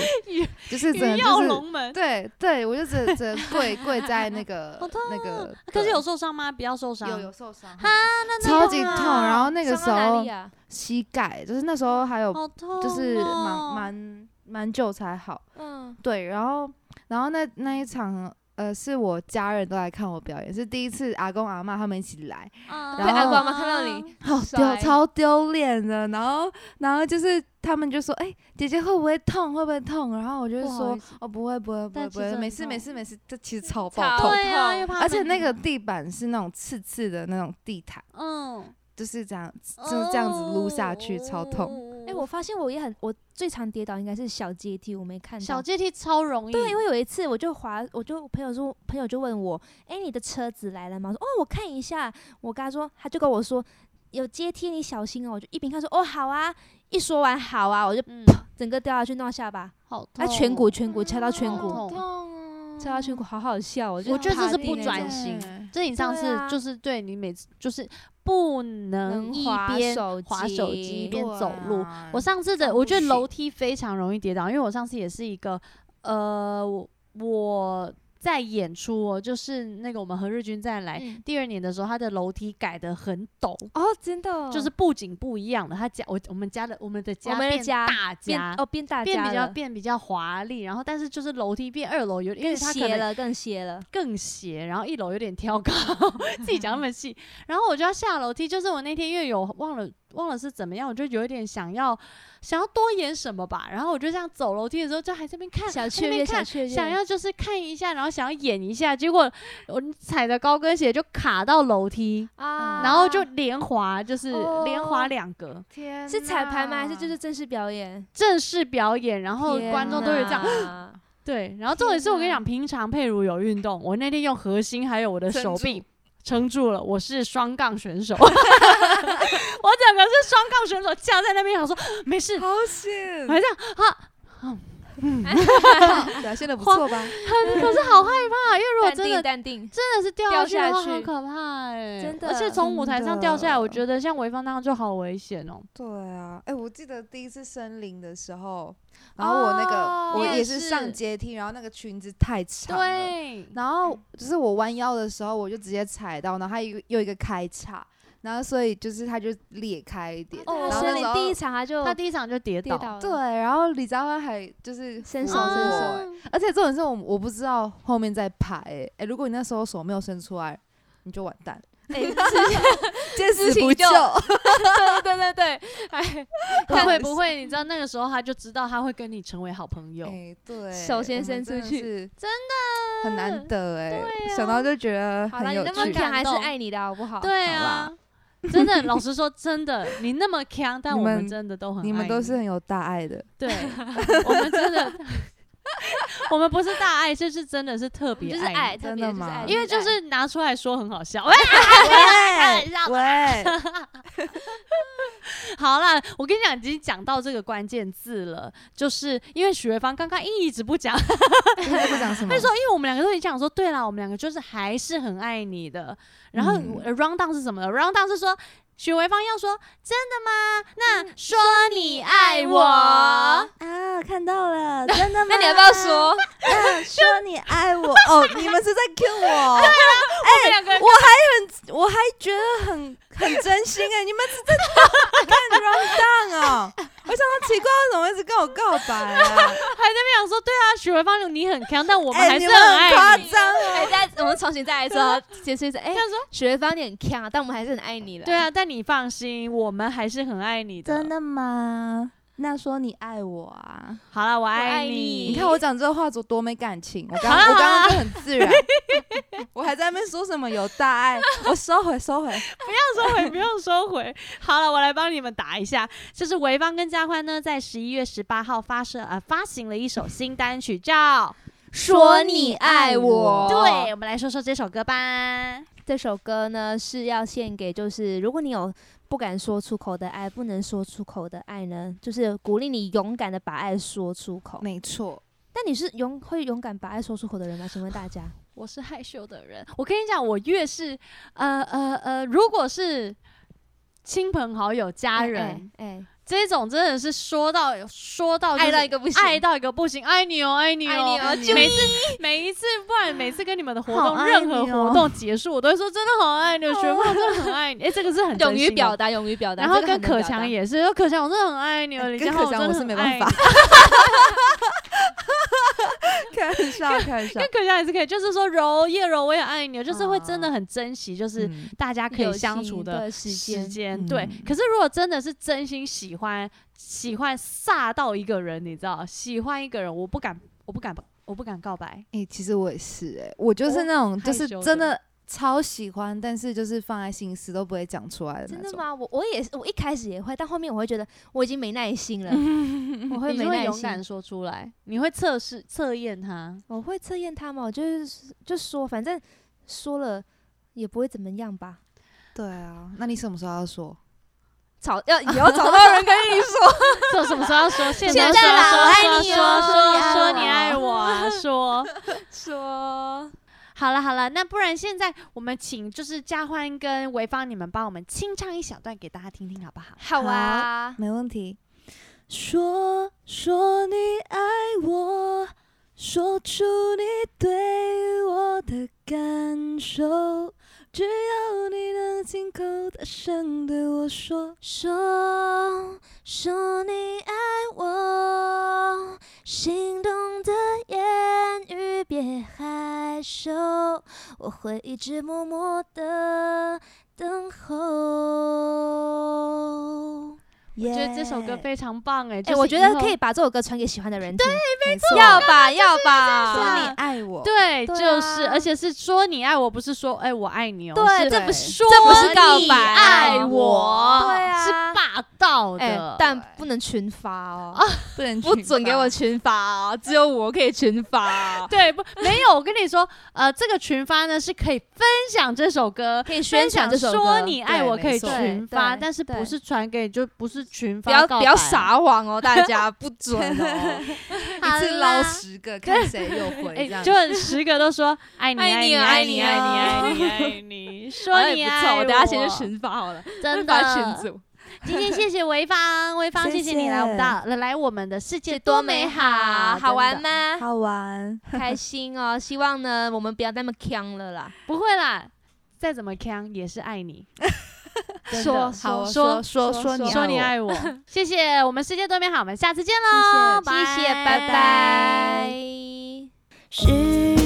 Speaker 2: 就是整个
Speaker 1: 跃
Speaker 2: 就是。
Speaker 1: 龙门。
Speaker 2: 对对，我就整整个跪跪在那个
Speaker 1: 好痛啊
Speaker 2: 那个，
Speaker 1: 可是
Speaker 2: 对
Speaker 1: 有受伤吗？不要受伤。
Speaker 2: 有有受伤，
Speaker 1: 那啊
Speaker 2: 超级
Speaker 1: 那个
Speaker 2: 痛。然后那个
Speaker 3: 伤
Speaker 2: 时
Speaker 3: 到哪
Speaker 2: 候
Speaker 3: 里啊？
Speaker 2: 膝盖，就是那时候还有
Speaker 1: 好痛、哦，
Speaker 2: 就是蛮蛮蛮久才好。
Speaker 3: 嗯，
Speaker 2: 对，然后然后那那一场。呃，是我家人都来看我表演，是第一次阿公阿妈他们一起来，
Speaker 1: 啊
Speaker 2: 然被阿后
Speaker 3: 公阿嬷看到你，
Speaker 2: 好丢
Speaker 3: 帅
Speaker 2: 超丢脸的。然后，然后就是他们就说：“哎、姐姐会不会痛？会不会痛？”然后我就
Speaker 1: 不好
Speaker 2: 说
Speaker 1: 意思：“
Speaker 2: 哦，不会，不会，不
Speaker 1: 但
Speaker 2: 会，
Speaker 1: 其
Speaker 2: 不
Speaker 1: 实
Speaker 2: 会，
Speaker 1: 很
Speaker 2: 没事，
Speaker 1: 痛
Speaker 2: 没事，没事。”这其实超爆
Speaker 3: 超
Speaker 2: 痛，
Speaker 1: 对啊，
Speaker 3: 痛
Speaker 1: 又怕
Speaker 2: 而且
Speaker 1: 闷
Speaker 2: 那个地板是那种刺刺的那种地毯，
Speaker 1: 嗯，
Speaker 2: 就是这样，就是这样子撸下去，超痛。
Speaker 1: 痛
Speaker 3: 哎、我发现我也很，我最常跌倒应该是小阶梯，我没看到。
Speaker 1: 小阶梯超容易，
Speaker 3: 对，因为有一次我就滑，我就朋友说，朋友就问我，哎、你的车子来了吗？我说，哦，我看一下。我跟他说，他就跟我说，有阶梯，你小心哦。我就一边看说，哦，好啊。一说完好啊，我就
Speaker 1: 嗯，
Speaker 3: 整个掉下去，弄到下巴，
Speaker 1: 好痛
Speaker 3: 他
Speaker 1: 哦，
Speaker 3: 颧骨颧骨敲到颧
Speaker 1: 好
Speaker 3: 骨，
Speaker 1: 痛
Speaker 2: 痛
Speaker 3: 敲到颧骨，好好笑。哦我就
Speaker 1: 我觉得这
Speaker 3: 趴
Speaker 1: 是
Speaker 3: 地
Speaker 1: 不
Speaker 3: 那
Speaker 1: 专
Speaker 3: 种
Speaker 1: 心
Speaker 2: 对
Speaker 1: 这你上次
Speaker 3: 啊
Speaker 1: 就是对你每次就是不能
Speaker 3: 能
Speaker 1: 一
Speaker 3: 滑
Speaker 1: 边
Speaker 3: 手
Speaker 1: 滑手机一
Speaker 3: 机
Speaker 1: 边
Speaker 2: 对
Speaker 1: 走路。
Speaker 2: 啊
Speaker 1: 我上次的
Speaker 2: 上
Speaker 1: 我
Speaker 2: 不
Speaker 1: 觉得
Speaker 2: 去
Speaker 1: 楼梯非常容易跌倒，因为我上次也是一个呃我我在演出、哦，就是那个我们何日君再来、
Speaker 3: 嗯
Speaker 1: 第二年的时候，他的楼梯改的很陡。
Speaker 3: 哦，真的哦，
Speaker 1: 就是布景不一样的，他家我我们家的我们的家
Speaker 3: 我们的
Speaker 1: 变
Speaker 3: 家
Speaker 1: 大
Speaker 3: 变
Speaker 1: 家
Speaker 3: 哦变大
Speaker 1: 变
Speaker 3: 家
Speaker 1: 比较
Speaker 3: 了
Speaker 1: 变比较华丽，然后但是就是楼梯变二楼有因为
Speaker 3: 更
Speaker 1: 它可
Speaker 3: 斜
Speaker 1: 能
Speaker 3: 了，更斜了。
Speaker 1: 更斜，然后一楼有点挑高， (laughs) 自己讲那么细，然后我就要下楼梯。就是我那天因为有忘了忘了是怎么样，我就有一点想要想要多演什么吧，然后我就这样走楼梯的时候就还这边看，
Speaker 3: 小
Speaker 1: 还这
Speaker 3: (laughs) 雀
Speaker 1: 边
Speaker 3: 跃，小
Speaker 1: 看
Speaker 3: 雀跃，
Speaker 1: 想要就是看一下，然后想要演一下，结果我踩着高跟鞋就卡到楼梯，
Speaker 3: 啊，
Speaker 1: 然后就连滑，就是
Speaker 3: 哦
Speaker 1: 连滑两格。
Speaker 2: 天
Speaker 3: 是彩排吗？还是就
Speaker 2: 呐
Speaker 3: 是正式表演？
Speaker 1: 正式表演，然后哦
Speaker 3: 天
Speaker 1: 观众都会这样。
Speaker 3: 哪
Speaker 1: (laughs) 对，然后重点是我跟你
Speaker 3: 天
Speaker 1: 讲，平常佩如有运动，我那天用核心还有我的
Speaker 2: 撑
Speaker 1: 手
Speaker 2: 住
Speaker 1: 臂撑住了，我是双杠选手，我 (laughs) 整个是双杠选手架在那边，想说没事，
Speaker 2: 好险
Speaker 1: 还这样哈。
Speaker 2: 表现的不错吧？
Speaker 1: 很可是好害怕，因为如果
Speaker 4: 淡
Speaker 1: 真
Speaker 4: 定
Speaker 1: 的
Speaker 4: 淡定，
Speaker 1: 真的是掉
Speaker 4: 掉
Speaker 1: 去的
Speaker 4: 下
Speaker 1: 话，
Speaker 4: 去
Speaker 1: 好可怕哎、
Speaker 3: 真的
Speaker 1: 而且从舞台上掉下来，
Speaker 2: 真的
Speaker 1: 我觉得像潍坊那样就好危险哦、
Speaker 2: 对啊，哎、我记得第一次森林的时候，然后我那个、
Speaker 1: 哦
Speaker 2: 我
Speaker 1: 你也
Speaker 2: 也是上
Speaker 1: 是
Speaker 2: 阶梯，然后那个裙子太长了，
Speaker 1: 对，
Speaker 2: 然
Speaker 4: 嗯
Speaker 2: 后就是我弯腰的时候，我就直接踩到，然后它一个又一个开叉，然后所以就是它就裂开一点。
Speaker 4: 哦
Speaker 2: 然后
Speaker 4: 森
Speaker 2: 那
Speaker 4: 林
Speaker 2: 时候
Speaker 4: 第一场他就
Speaker 1: 他第一场就跌
Speaker 4: 跌
Speaker 1: 倒，
Speaker 4: 倒了，哦
Speaker 2: 对，然后李佳欢还就是
Speaker 3: 伸
Speaker 2: 扶
Speaker 3: 手
Speaker 2: 我
Speaker 3: 伸手
Speaker 2: 欸，而且这种是我我不知道后面在爬、欸，哎、如果你那时候手没有伸出来，你就完蛋，
Speaker 4: 哎，是
Speaker 2: 见
Speaker 4: 事
Speaker 2: 死
Speaker 4: 情
Speaker 2: 不
Speaker 4: 就
Speaker 2: 救。 (laughs)
Speaker 4: 对对对，哎，
Speaker 1: 不会不会，你知道那个时候他就知道他会跟你成为好朋友，
Speaker 2: 哎、对，
Speaker 4: 首先
Speaker 2: 我们
Speaker 4: 伸出
Speaker 2: 真的
Speaker 4: 去
Speaker 2: 是
Speaker 1: 真的
Speaker 2: 很难得哎、
Speaker 1: 对
Speaker 2: 想
Speaker 1: 啊
Speaker 2: 到就觉得
Speaker 4: 好了，
Speaker 2: 很
Speaker 4: 你
Speaker 2: 有
Speaker 4: 那么
Speaker 2: 趣。
Speaker 4: 强还
Speaker 1: 感
Speaker 4: 是
Speaker 1: 动
Speaker 4: 爱你的好不好？
Speaker 1: 对啊，真的，老实说，真的，你那么强，但
Speaker 2: 你
Speaker 1: 我们
Speaker 2: 们
Speaker 1: 真的都很爱，
Speaker 2: 你们都是很有大爱的，
Speaker 1: 对，我们真的， (laughs) 我们不是大爱，就是真的是特
Speaker 4: 我们
Speaker 1: 别
Speaker 4: 就是
Speaker 1: 爱
Speaker 4: 爱，
Speaker 1: 你，
Speaker 4: 特
Speaker 2: 真
Speaker 4: 别
Speaker 2: 的
Speaker 4: 就是
Speaker 2: 吗
Speaker 4: 爱，
Speaker 1: 因为就
Speaker 4: 爱
Speaker 1: 是拿出来说很好笑。 (laughs)
Speaker 2: 喂
Speaker 1: 玩
Speaker 4: 啊
Speaker 1: 笑的
Speaker 2: 喂，
Speaker 4: (laughs)
Speaker 1: 好啦，我跟你讲，已经讲到这个关键字了，就是因为许瑞芳刚刚一直不讲， (laughs) 因
Speaker 2: 你在不讲什么？
Speaker 1: 为我们两个都已经讲说，对啦，我们两个就是还是很爱你的。然后、
Speaker 2: 嗯
Speaker 1: 呃 round down 是什么呢？round down 是说。许维芳要说真的吗？那说你爱我，
Speaker 3: 啊，看到
Speaker 4: (laughs)
Speaker 3: 了，真的吗？
Speaker 4: 那你要不要说？
Speaker 3: 啊？说你爱我哦，你们
Speaker 4: (laughs)
Speaker 3: 是在 Q 我？
Speaker 4: 啊哎
Speaker 1: 我们两个人
Speaker 3: 我还觉得很
Speaker 2: 很真心哎、你们是在看 round down 哦？我想说奇怪，为什么一直跟我告白啊？
Speaker 1: 还在那边讲说，对啊，许维芳你很强，但我们
Speaker 2: 哎、
Speaker 1: 还
Speaker 2: 你
Speaker 1: 是
Speaker 2: 们
Speaker 1: 很
Speaker 2: 很
Speaker 1: 爱
Speaker 2: 夸
Speaker 1: 你。
Speaker 2: 张哦。
Speaker 4: 哎，再我们重新再来说，解释一下。哎
Speaker 1: 他，说
Speaker 4: 雪瑞芳你很强，但我们还是很爱你了。
Speaker 1: 对，啊，但你放心，我们还是很爱你的。
Speaker 3: 真的吗？那说你爱我啊？
Speaker 1: 好了，我
Speaker 4: 爱
Speaker 1: 爱
Speaker 4: 你
Speaker 2: 你看我讲这话多多没感情，我刚
Speaker 4: 啊
Speaker 1: 好啦
Speaker 2: 我刚刚就很自然，我还在那边说什么有大爱，我收回收回。
Speaker 1: 不用收回，不用收回。 (laughs) 好了，我来帮你们答一下。就是潍坊跟嘉欢呢，在十一月十八号发射呃发行了一首新单曲，叫哦
Speaker 4: 说你爱我。
Speaker 1: 《对》，我们来说说这首歌吧。
Speaker 3: 这首歌呢是要献给，就是如果你有不敢说出口的爱，不能说出口的爱呢，就是鼓励你勇敢的把爱说出口。
Speaker 2: 没错，
Speaker 3: 但你是勇会勇敢把爱说出口的人吗？请问大家，
Speaker 1: 我是害羞的人，我跟你讲，我越是呃呃呃，如果是亲朋好友、家啊人、
Speaker 3: 哎、哎
Speaker 1: 这种，真的是说到说到、就是、
Speaker 4: 哦爱到一个不行，
Speaker 1: 爱到一个不行，爱你哦，爱你
Speaker 4: 爱你
Speaker 1: 哦。
Speaker 4: 哦，救
Speaker 1: 每
Speaker 4: 命！
Speaker 1: 次每一次，不然每次跟你们的活
Speaker 2: 好
Speaker 1: 动，
Speaker 2: 爱
Speaker 1: 任何
Speaker 2: 你哦
Speaker 1: 活动结束，我都会说真的好爱你，全部真的很爱你。哎，这个是很
Speaker 4: 勇于表
Speaker 1: 达。
Speaker 4: 达，勇于表达。
Speaker 1: 然后
Speaker 4: 这个
Speaker 1: 跟
Speaker 4: 很能表
Speaker 1: 可
Speaker 4: 达
Speaker 1: 强，也是，可强我真的很爱你哦，李
Speaker 2: 哎
Speaker 1: 佳
Speaker 2: 跟可
Speaker 1: 浩真
Speaker 2: 强
Speaker 1: 的
Speaker 2: 我是没办
Speaker 1: 很爱
Speaker 2: (laughs) 法
Speaker 1: 你，
Speaker 2: 开玩笑开玩笑
Speaker 1: 跟。可强也是可以，就是说柔叶柔我也爱你哦，就是会真的很珍惜，就是
Speaker 2: 嗯
Speaker 1: 大家可
Speaker 3: 友
Speaker 1: 以相处
Speaker 3: 情
Speaker 1: 的
Speaker 3: 的时间
Speaker 1: 间对
Speaker 2: 嗯，
Speaker 1: 可是如果真的是真心喜欢，喜欢飒到一个人，你知道，喜欢一个人，我不敢，我不敢，我不敢告白。
Speaker 2: 哎、其实我也是哎、我就是那种就是
Speaker 1: 害羞的
Speaker 2: 真的超喜欢，但是就是放在心思都不会讲出来的
Speaker 3: 真
Speaker 2: 那
Speaker 3: 的
Speaker 2: 种。
Speaker 3: 吗？我我也是，我一开始也会，但后面我会觉得我已经没
Speaker 4: 哎
Speaker 3: 耐心了， (laughs) 我会
Speaker 1: 你
Speaker 3: 没
Speaker 1: 就会
Speaker 3: 耐
Speaker 1: 勇
Speaker 3: 心
Speaker 1: 敢。说出来，你会测试测验他， (laughs)
Speaker 3: 我会测验他嘛，我就是就说，反正说了也不会怎么样吧。
Speaker 2: 对啊，那你什么时候要说？
Speaker 3: 找要也要找到人跟你说，
Speaker 1: 这什么时候要
Speaker 3: (laughs)
Speaker 1: 说？现在
Speaker 3: 现
Speaker 1: 说
Speaker 3: 在啦我
Speaker 1: 说说
Speaker 3: 爱你哦
Speaker 1: 说说
Speaker 3: 说
Speaker 1: 说
Speaker 3: 你爱我
Speaker 1: 你爱我啊，说。
Speaker 4: (laughs)
Speaker 1: (laughs)
Speaker 4: 说
Speaker 1: 好了好了，那不然现在我们请就是嘉欢跟潍坊你们帮我们清唱一小段给大家听听好不好？
Speaker 4: 好啊，
Speaker 2: 没问题。
Speaker 5: 说说你爱我，说出你对我的感受。只要你能亲口大声对我说，说说你爱我，心动的言语别害羞，我会一直默默的等候。
Speaker 1: 我觉得这首歌非常棒哎、
Speaker 3: 哎、
Speaker 1: 就是
Speaker 3: 我觉得
Speaker 1: 以后
Speaker 3: 可以把这首歌传给喜欢的人听。
Speaker 2: 没错，
Speaker 4: 要吧，要
Speaker 2: 说啊你
Speaker 4: 吧，
Speaker 2: 爱我。
Speaker 1: 对，
Speaker 3: 对
Speaker 1: 就是，
Speaker 3: 啊
Speaker 1: 而且是说你爱我，不是说哎、我爱你哦，
Speaker 4: 对
Speaker 1: 是
Speaker 2: 这不是
Speaker 1: 说
Speaker 4: 这不是告
Speaker 1: 你
Speaker 4: 白
Speaker 1: 爱我，
Speaker 3: 对啊
Speaker 1: 是霸道的。
Speaker 3: 哎、但不能群发哦，
Speaker 2: 不能
Speaker 4: (laughs) 不
Speaker 2: 群
Speaker 4: 准给
Speaker 2: 发
Speaker 4: 我群发哦，只有我可以群发 (laughs) 哦。
Speaker 1: 对，不没有，我跟你说，呃，这个群发呢是可以分享这首歌，
Speaker 3: 可以
Speaker 1: 分
Speaker 3: 宣
Speaker 1: 享
Speaker 3: 传这首歌。
Speaker 1: 说你爱我
Speaker 2: 对
Speaker 1: 可以
Speaker 2: 没错
Speaker 1: 群发，
Speaker 3: 对
Speaker 1: 但是不
Speaker 3: 对
Speaker 1: 是传给就不是群
Speaker 4: 不
Speaker 1: 发
Speaker 4: 要
Speaker 1: 告白，啊
Speaker 4: 不
Speaker 1: (laughs)
Speaker 4: 要撒谎哦，大 (laughs) 家不准哦。 (laughs)
Speaker 1: 好
Speaker 2: 一次捞
Speaker 1: 啦
Speaker 2: 十个，看谁有 (laughs) 回这
Speaker 1: 哎、
Speaker 2: 样。
Speaker 1: 就很十个都说爱你
Speaker 4: 爱
Speaker 1: 你
Speaker 4: 你
Speaker 1: 爱
Speaker 4: 爱
Speaker 1: 你
Speaker 4: 你
Speaker 1: 爱
Speaker 4: 哦
Speaker 1: 你爱你爱你，
Speaker 4: 好
Speaker 1: 说
Speaker 4: 像
Speaker 1: 你
Speaker 4: 哎也不
Speaker 1: 爱
Speaker 4: 错，
Speaker 1: 我，
Speaker 4: 等下先去群发好了，
Speaker 1: 真
Speaker 4: 发群
Speaker 1: 的。
Speaker 4: 组。
Speaker 1: 今天谢谢潍坊，潍坊谢
Speaker 5: 谢
Speaker 1: 谢你来我们
Speaker 5: 谢
Speaker 1: 大来来我们的世界多美好，
Speaker 4: 好玩
Speaker 1: 吗？
Speaker 4: 吗？
Speaker 5: 好玩，
Speaker 4: 开心哦！希望呢，我们不要那么呛了啦。
Speaker 1: 不会啦，再怎么呛也是爱你。 (laughs) 真的
Speaker 4: 说
Speaker 1: 好
Speaker 4: 说
Speaker 1: 说
Speaker 4: 说
Speaker 5: 说你
Speaker 1: 说
Speaker 5: 爱
Speaker 1: 你
Speaker 5: 我
Speaker 1: 爱我， (laughs) 谢谢我们世界多美好，我们下次见喽，
Speaker 4: 哦谢谢，拜
Speaker 1: 拜
Speaker 4: 拜。
Speaker 5: 世